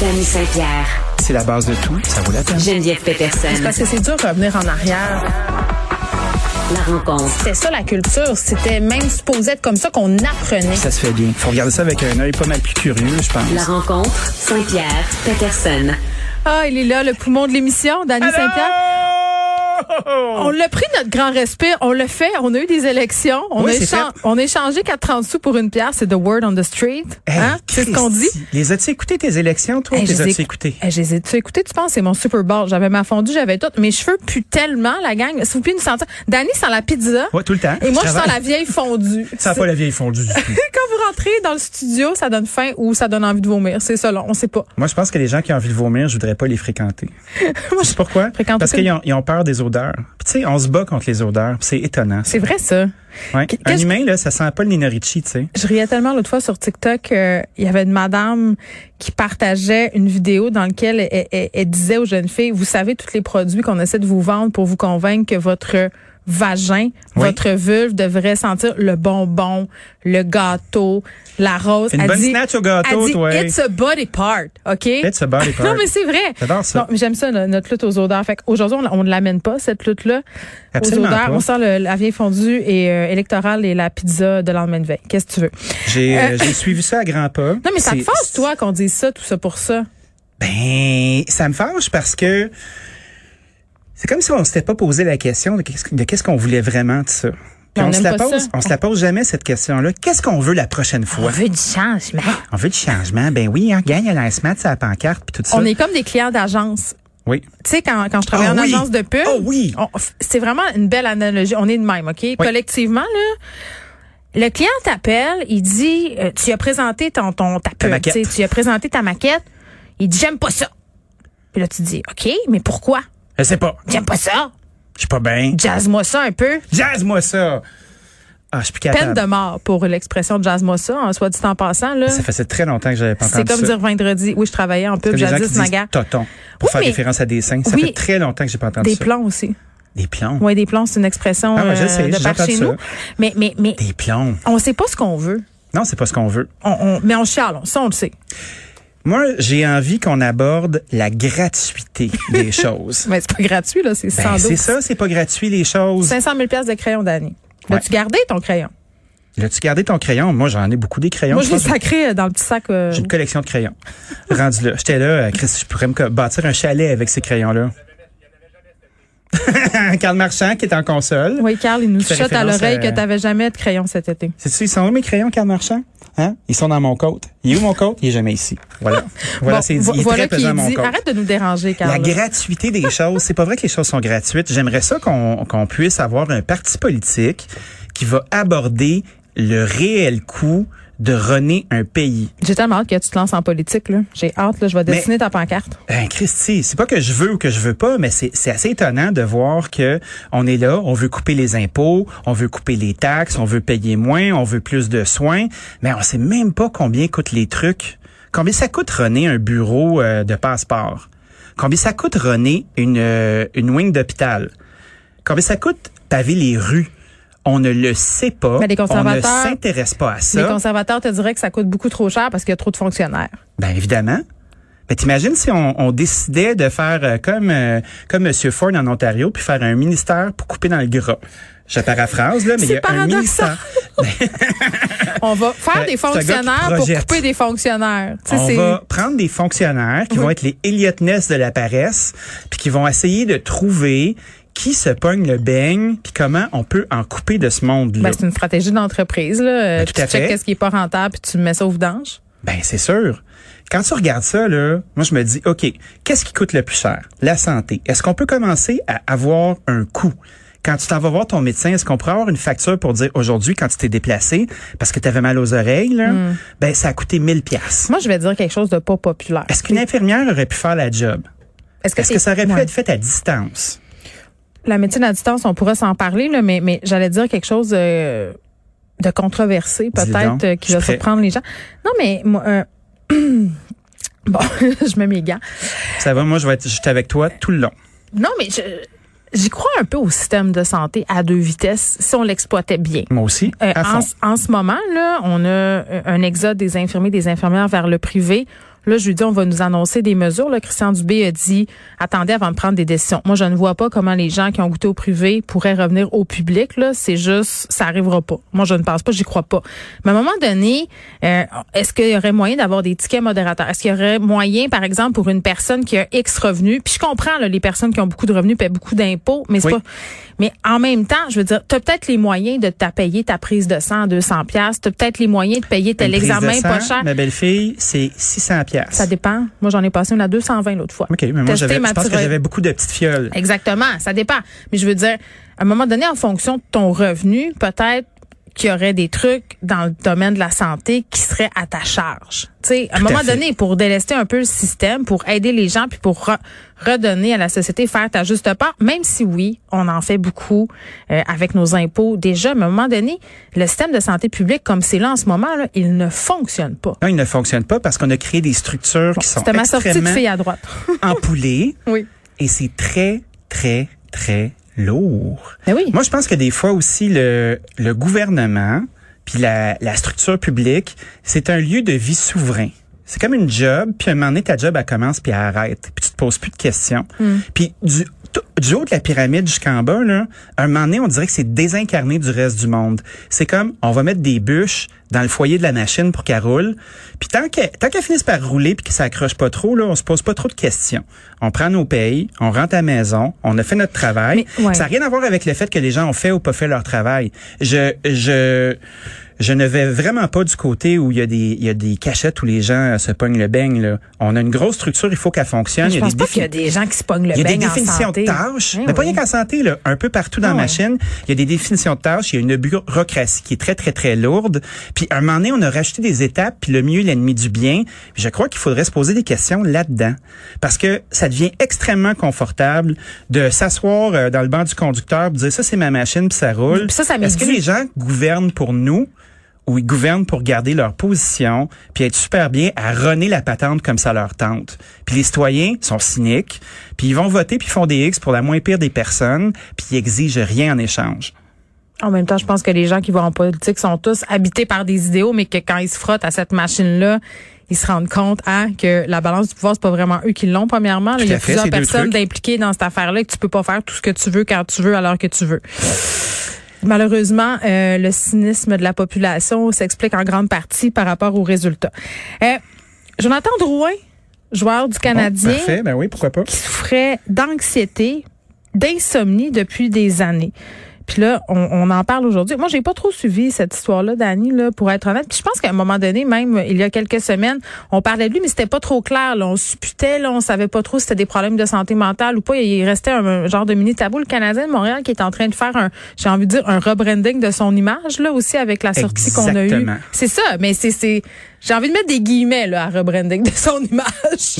Danny Saint-Pierre, C'est la base de tout. Ça vaut la peine. Geneviève Peterson. Parce que c'est dur de revenir en arrière. La rencontre. C'était ça la culture. C'était même supposé être comme ça qu'on apprenait. Ça se fait bien. Faut regarder ça avec un œil pas mal plus curieux, je pense. La rencontre. Saint-Pierre, Peterson. Ah, il est là, le poumon de l'émission, Danny Saint-Pierre. On l'a pris notre grand respect, on l'a fait, on a eu des élections, on, Oui, a, c'est échan- fait. on a échangé 40 sous pour une pierre, c'est the word on the street. Hey, hein? C'est ce qu'on dit. Christy, Les as-tu écouté tes élections, toi, Hey, ou je les les Euh, ai as-tu éc- écouté? Hey, je les ai-tu écoutés? Tu penses, c'est mon Super Bowl. J'avais ma fondue, j'avais tout. Mes cheveux puent tellement, la gang. S'il vous plaît, nous sentir. Danny sent la pizza. Ouais, tout le temps. Et moi, je sens travaille- la vieille fondue. Ça sent pas la vieille fondue du tout. Quand vous rentrez dans le studio, ça donne faim ou ça donne envie de vomir. C'est selon, on sait pas. Moi, je pense que les gens qui ont envie de vomir, je voudrais pas les fréquenter. Moi, Tu sais pourquoi? Fréquenter Parce aucune- qu'ils ont, ils ont peur des odeurs. Puis, tu sais, on se bat contre les odeurs. puis C'est étonnant. C'est vrai, ça. Ouais. Qu'est- Un qu'est-ce- humain, là, ça sent pas le Ninorichi, tu sais. Je riais tellement l'autre fois sur TikTok, euh, il y avait une madame qui partageait une vidéo dans laquelle elle, elle- elle disait aux jeunes filles, vous savez tous les produits qu'on essaie de vous vendre pour vous convaincre que votre vagin, Oui. votre vulve devrait sentir le bonbon, le gâteau, la rose. Une Elle bonne dit- snatch au gâteau, elle dit, toi. It's a body part, OK? It's a body part. non, mais c'est vrai. J'adore ça. Non, mais j'aime ça, là, notre lutte aux odeurs. Fait qu'aujourd'hui, on- on ne l'amène pas, cette lutte-là. Aux Absolument odeurs, pas. on sent le- la vieille fondue et euh, électorale et la pizza de lendemain de veille. Qu'est-ce que tu veux? J'ai euh, j'ai suivi ça à grands pas. Non, mais ça te C'est- fâche, toi, qu'on dise ça, tout ça pour ça. Ben, ça me fâche parce que c'est comme si on s'était pas posé la question de qu'est-ce de qu'est-ce qu'on voulait vraiment de ça. Puis On on, se aime la pas pose, ça. on se la pose jamais cette question-là. Qu'est-ce qu'on veut la prochaine fois veut du changement. On veut du changement. Ben oui, hein, gagne à la SMAT, c'est la pancarte puis tout ça. On est comme des clients d'agence. Oui. Tu sais, quand, quand je travaille Ah en oui. agence de pub, Ah oui. on- f- c'est vraiment une belle analogie. On est de même, OK? Collectivement, là, le client t'appelle, il dit, euh, tu as présenté ton, ton, ta, pub, maquette. tu sais, tu as présenté ta maquette, il dit, j'aime pas ça. Puis là, tu dis, OK, mais pourquoi? Je sais pas. J'aime pas ça. Je suis pas bien. Jazz-moi ça un peu. Jazz-moi ça. Ah, je suis plus Peine capable. de mort pour l'expression de jazz-moi ça, en soit dit en passant, là. Ça faisait très longtemps que j'avais pas entendu C'est comme ça. dire vendredi. Oui, je travaillais en pub, Comme des gens qui jadis, ma disent gare. toton pour Oui, faire mais- référence à des seins. Ça Oui. fait très longtemps que j'ai pas entendu Des ça. plombs aussi. Des plombs. Oui, des plombs, c'est une expression Ah ouais, je euh, sais, de j'ai par entendu chez ça. nous. Mais, mais, mais Des plombs. on sait pas ce qu'on veut. Non, c'est pas ce qu'on veut. On, on- mais on chiale, on- ça on le sait. Moi, j'ai envie qu'on aborde la gratuité des choses. Mais c'est pas gratuit, là, c'est Ben, 112. c'est ça, c'est pas gratuit les choses. 500 000 piastres de crayon d'année. Ouais. As-tu gardé ton crayon? As-tu gardé ton crayon? Moi, j'en ai beaucoup des crayons. Moi, Je je l'ai pense que sacré euh, dans le petit sac. euh, j'ai une collection de crayons. Rendu là. J'étais là, euh, Chris, je pourrais me co- bâtir un chalet avec ces crayons-là. Carl Marchand qui est en console. Oui, Carl, il nous Qui fait chuchote à référence l'oreille à- que t'avais jamais de crayon cet été. Sais-tu, ils sont où mes crayons, Carl Marchand? Hein? Ils sont dans mon côte. Il est où mon côte? Il est jamais ici. Voilà. Voilà, Bon, c'est dit. vo- Il est voilà très qui pesant, est mon dit. côte. Arrête de nous déranger, Carl. La gratuité des choses, c'est pas vrai que les choses sont gratuites. J'aimerais ça qu'on qu'on puisse avoir un parti politique qui va aborder le réel coût de runner un pays. J'ai tellement hâte que tu te lances en politique, là. J'ai hâte, là. Je vais Mais- dessiner ta pancarte. Hein, Christy, c'est pas que je veux ou que je veux pas, mais c'est c'est assez étonnant de voir que on est là, on veut couper les impôts, on veut couper les taxes, on veut payer moins, on veut plus de soins, mais on sait même pas combien coûtent les trucs. Combien ça coûte René un bureau euh, de passeport Combien ça coûte René une euh, une wing d'hôpital Combien ça coûte paver les rues On ne le sait pas, Mais les on ne conservateurs- s'intéresse pas à Les ça. conservateurs te diraient que ça coûte beaucoup trop cher parce qu'il y a trop de fonctionnaires. Ben évidemment. Mais t'imagines si on, on décidait de faire euh, comme euh, comme Monsieur Ford en Ontario puis faire un ministère pour couper dans le gras. Je paraphrase là, mais il y C'est a un paradoxal. ministère. On va faire Ben, des c'est un gars qui fonctionnaires pour projette. couper des fonctionnaires. Tu sais, On c'est- va prendre des fonctionnaires qui vont être les Elliot Ness de la paresse puis qui vont essayer de trouver qui se pogne le beigne puis comment on peut en couper de ce monde là. Ben, c'est une stratégie d'entreprise. Là. Ben, Euh, tout tu à fait. checkes qu'est-ce qui est pas rentable puis tu mets ça au vidange. Ben c'est sûr. Quand tu regardes ça là, moi je me dis OK, qu'est-ce qui coûte le plus cher La santé. Est-ce qu'on peut commencer à avoir un coût quand tu t'en vas voir ton médecin, est-ce qu'on pourrait avoir une facture pour dire aujourd'hui quand tu t'es déplacé parce que tu avais mal aux oreilles là, Hmm. ben ça a coûté 1000 pièces. Moi, je vais dire quelque chose de pas populaire. Est-ce qu'une infirmière aurait pu faire la job Est-ce Est-ce t'es- que ça aurait pu Ouais. être fait à distance La médecine à distance, on pourra s'en parler, là, mais, mais j'allais dire quelque chose euh, de controversé, donc, peut-être, euh, je qui suis va prêt. surprendre les gens. Non, mais moi... euh, bon, je mets mes gants. Ça va, moi je vais être juste avec toi tout le long. Non, mais je- j'y crois un peu au système de santé à deux vitesses, si on l'exploitait bien. Moi aussi, Euh, à en, fond. ce- en ce moment, là, on a euh, un exode des infirmiers, des infirmières vers le privé. Là, je lui dis, on va nous annoncer des mesures. Là, Christian Dubé a dit, attendez avant de prendre des décisions. Moi, je ne vois pas comment les gens qui ont goûté au privé pourraient revenir au public. Là, c'est juste, ça arrivera pas. Moi, je ne pense pas, j'y crois pas. Mais à un moment donné, euh, est-ce qu'il y aurait moyen d'avoir des tickets modérateurs? Est-ce qu'il y aurait moyen, par exemple, pour une personne qui a X revenus? Puis je comprends, là, les personnes qui ont beaucoup de revenus paient beaucoup d'impôts, mais c'est Oui. pas... Mais en même temps, je veux dire, tu as peut-être les moyens de t'appayer ta prise de 100 à 200 pièces, tu as peut-être les moyens de payer tel Une prise de examen sang, pas cher. Ma belle-fille, c'est 600 pièces. Ça dépend. Moi, j'en ai passé une à 220 l'autre fois. OK, mais moi, Tester j'avais, ma je pense que thyroïde. j'avais beaucoup de petites fioles. Exactement, ça dépend. Mais je veux dire, à un moment donné, en fonction de ton revenu, peut-être qu'il y aurait des trucs dans le domaine de la santé qui seraient à ta charge. Tu sais, à un Tout à moment fait. donné, pour délester un peu le système, pour aider les gens, puis pour re- redonner à la société, faire ta juste part, même si oui, on en fait beaucoup euh, avec nos impôts déjà, mais à un moment donné, le système de santé publique, comme c'est là en ce moment, là, il ne fonctionne pas. Non, il ne fonctionne pas parce qu'on a créé des structures qui sont C'était ma sortie de extrêmement fille à droite. empoulées Oui. et c'est très, très, très lourd. Mais Ben oui. Moi, je pense que des fois aussi, le, le gouvernement puis la, la structure publique, c'est un lieu de vie souverain. C'est comme une job, puis à un moment donné, ta job, elle commence, puis elle arrête. Puis tu te poses plus de questions. Mm. Puis du, t- du haut de la pyramide jusqu'en bas, là, à un moment donné, on dirait que c'est désincarné du reste du monde. C'est comme, on va mettre des bûches dans le foyer de la machine pour qu'elle roule. Puis tant qu'elle tant qu'elle finisse par rouler puis que ça accroche pas trop, là, on se pose pas trop de questions. On prend nos pays, on rentre à la maison, on a fait notre travail. Mais, ouais. Ça a rien à voir avec le fait que les gens ont fait ou pas fait leur travail. Je je je ne vais vraiment pas du côté où il y a des il y a des cachettes où les gens euh, se pognent le beigne là. On a une grosse structure, il faut qu'elle fonctionne. Il Je y a pense des pas qu'il y a défis- des gens qui se pognent le il y a des beigne en définitions santé. de tâches, Eh mais pas oui. rien qu'en santé, là, un peu partout dans Ah la ouais. machine. Il y a des définitions de tâches, il y a une bureaucratie qui est très, très, très lourde. Puis à un moment donné, on a rajouté des étapes, puis le mieux, est l'ennemi du bien. Puis je crois qu'il faudrait se poser des questions là-dedans. Parce que ça devient extrêmement confortable de s'asseoir euh, dans le banc du conducteur, puis dire ça, c'est ma machine, puis ça roule. Puis ça, ça Est-ce que m'éduque. les gens gouvernent pour nous? ou ils gouvernent pour garder leur position, puis être super bien à runner la patente comme ça leur tente. Puis les citoyens sont cyniques, puis ils vont voter, puis ils font des X pour la moins pire des personnes, puis ils exigent rien en échange. En même temps, je pense que les gens qui vont en politique sont tous habités par des idéaux, mais que quand ils se frottent à cette machine-là, ils se rendent compte hein, que la balance du pouvoir, c'est pas vraiment eux qui l'ont, premièrement. là. Tout il y à a fait, plusieurs c'est deux personnes trucs. impliquées dans cette affaire-là et que tu peux pas faire tout ce que tu veux quand tu veux, alors que tu veux. Malheureusement, euh, le cynisme de la population s'explique en grande partie par rapport aux résultats. Euh, Jonathan Drouin, joueur du Canadien, parfait, ben oui, pourquoi pas. qui souffrait d'anxiété, d'insomnie depuis des années. Puis là, on, on en parle aujourd'hui. Moi, j'ai pas trop suivi cette histoire-là, Dani, là, pour être honnête. Puis je pense qu'à un moment donné, même il y a quelques semaines, on parlait de lui, mais c'était pas trop clair. Là. On supputait, là, on savait pas trop si c'était des problèmes de santé mentale ou pas. Il restait un, un genre de mini tabou. Le Canadien de Montréal qui est en train de faire un, j'ai envie de dire, un rebranding de son image, là, aussi avec la sortie qu'on a eue. Exactement. C'est ça, mais c'est, c'est, j'ai envie de mettre des guillemets là à rebranding de son image.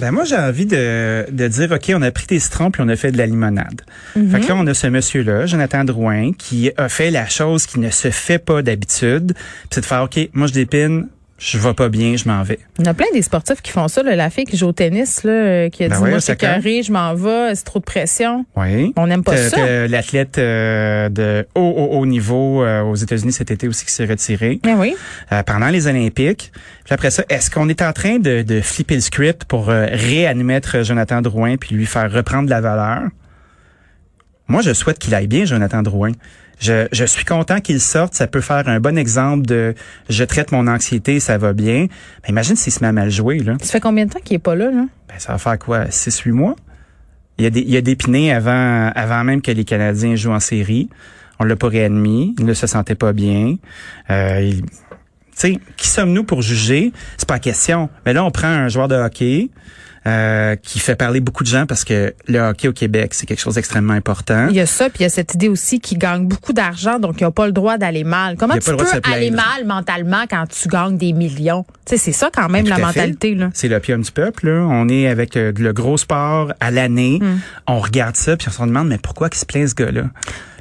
Ben moi j'ai envie de, de dire ok on a pris des citrons puis on a fait de la limonade. Fait que là on a ce monsieur là Jonathan Drouin qui a fait la chose qui ne se fait pas d'habitude, puis c'est de faire ok moi je dépine, je vais pas bien, je m'en vais. Il y en a plein des sportifs qui font ça. là. La fille qui joue au tennis, là, euh, qui a Ben dit ouais, Moi, au je suis soccer. carré, je m'en vais, c'est trop de pression. Oui. On n'aime pas T'as- ça. t'as L'athlète euh, de haut, haut, haut niveau euh, aux États-Unis cet été aussi qui s'est retiré Ben oui. euh, pendant les Olympiques. Puis après ça, est-ce qu'on est en train de, de flipper le script pour euh, réadmettre Jonathan Drouin puis lui faire reprendre de la valeur? Moi, je souhaite qu'il aille bien, Jonathan Drouin. Je, je suis content qu'il sorte. Ça peut faire un bon exemple de je traite mon anxiété, ça va bien. Mais imagine s'il se met à mal jouer, là. Ça fait combien de temps qu'il est pas là, là? Ben, ça va faire quoi? 6-8 mois? Il a, des, il a dépiné avant, avant même que les Canadiens jouent en série. On l'a pas réadmis. Il ne se sentait pas bien. Euh, il- tu sais, qui sommes-nous pour juger? C'est pas la question. Mais là, on prend un joueur de hockey euh, qui fait parler beaucoup de gens parce que le hockey au Québec, c'est quelque chose d'extrêmement important. Il y a ça, puis il y a cette idée aussi qu'il gagne beaucoup d'argent, donc il n'a pas le droit d'aller mal. Comment Il a tu pas le droit de peux se plaindre. aller mal mentalement quand tu gagnes des millions? Tu sais, c'est ça quand même Ben, Tout la à fait. mentalité, là. C'est l'opium du peuple. là. On est avec euh, le gros sport à l'année. Mm. On regarde ça puis on se demande mais pourquoi qu'il se plaint ce gars-là.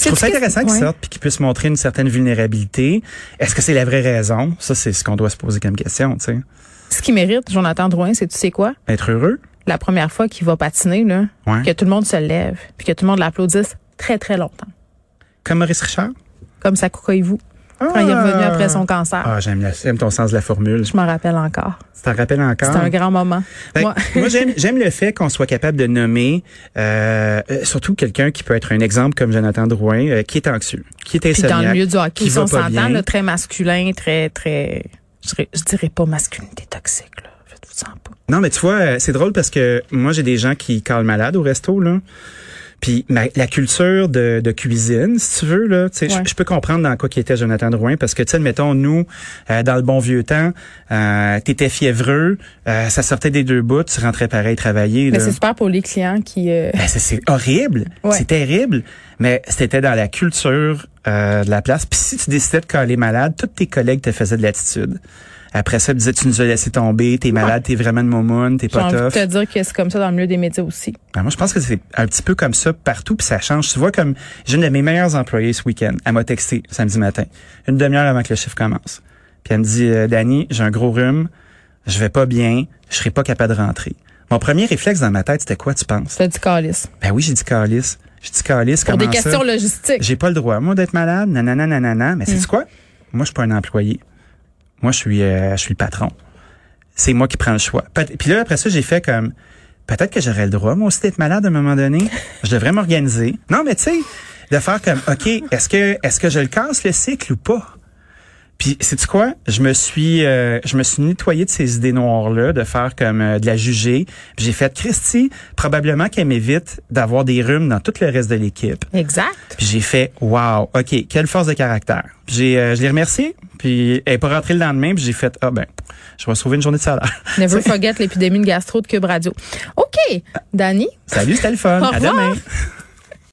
Je trouve ça qu'est-ce- intéressant qu'il ouais. sorte puis qu'il puisse montrer une certaine vulnérabilité. Est-ce que c'est la vraie raison Ça c'est ce qu'on doit se poser comme question, tu sais. Ce qu'il mérite, Jonathan Drouin, c'est tu sais quoi? Être heureux. La première fois qu'il va patiner, là, Ouais. que tout le monde se lève, puis que tout le monde l'applaudisse très, très longtemps. Comme Maurice Richard. Comme ça, coucouille-vous. quand il est revenu Ah. après son cancer. Ah, j'aime, la- j'aime ton sens de la formule. Je m'en rappelle encore. Je t'en rappelle encore. C'était un grand moment. Fait que Moi- moi, j'aime, j'aime le fait qu'on soit capable de nommer euh, euh, surtout quelqu'un qui peut être un exemple comme Jonathan Drouin, euh, qui est anxieux, qui est Puis dans insomniaque, le milieu du hockey, qui si va on pas bien. s'entend, là, très masculin, très, très, je dirais, je dirais pas masculinité toxique, là. Faites-vous ça pas. Non, mais tu vois, euh, c'est drôle parce que moi, j'ai des gens qui calent malade au resto, là. Puis ma- la culture de, de cuisine, si tu veux, là, tu sais, Ouais. je je peux comprendre dans quoi qui était Jonathan Drouin parce que, tu sais, mettons, nous, euh, dans le bon vieux temps, euh, t'étais fiévreux, euh, ça sortait des deux bouts, tu rentrais pareil travailler. Mais là. c'est super pour les clients qui, euh, Ben, c'est- c'est horrible, Ouais. c'est terrible, mais c'était dans la culture euh, de la place. Puis si tu décidais de caler malade, tous tes collègues te faisaient de l'attitude. Après ça, ils disaient, tu nous as laissé tomber, t'es malade, t'es vraiment de momoune, t'es Ah! j'ai pas envie de tough. te dire que c'est comme ça dans le milieu des médias aussi. Ben, moi, je pense que c'est un petit peu comme ça partout, puis ça change. Tu vois, comme j'ai une de mes meilleures employées ce week-end, elle m'a texté samedi matin, une demi-heure avant que le chiffre commence. Puis elle me dit, euh, Dani, j'ai un gros rhume, je vais pas bien, je serai pas capable de rentrer. Mon premier réflexe dans ma tête, c'était quoi, tu penses? Je te dis calice. Ben oui, j'ai dit calice. J'ai dit calice, Pour comment des ça? questions logistiques. J'ai pas le droit, moi, d'être malade, nanana, nanana. Mais c'est quoi? Moi, je suis pas un employé. Moi, je suis, euh, je suis le patron. C'est moi qui prends le choix. Peut- Puis là, après ça, j'ai fait comme, peut-être que j'aurais le droit, moi aussi, d'être malade à un moment donné. je devrais m'organiser. Non, mais tu sais, de faire comme, OK, est-ce que, est-ce que je le casse, le cycle, ou pas? Puis, c'est quoi? Je me suis, euh, je me suis nettoyé de ces idées noires-là, de faire comme euh, de la juger. Puis j'ai fait, Christy, probablement qu'elle m'évite d'avoir des rhumes dans tout le reste de l'équipe. Exact. Puis j'ai fait wow, OK, quelle force de caractère. Puis j'ai euh, je l'ai remercié, puis elle est pas rentrée le lendemain, puis j'ai fait ah ben, je vais sauver une journée de salaire. Never forget l'épidémie de gastro de Cube Radio. OK. Dani, Salut, c'était le fun. Au à revoir. demain.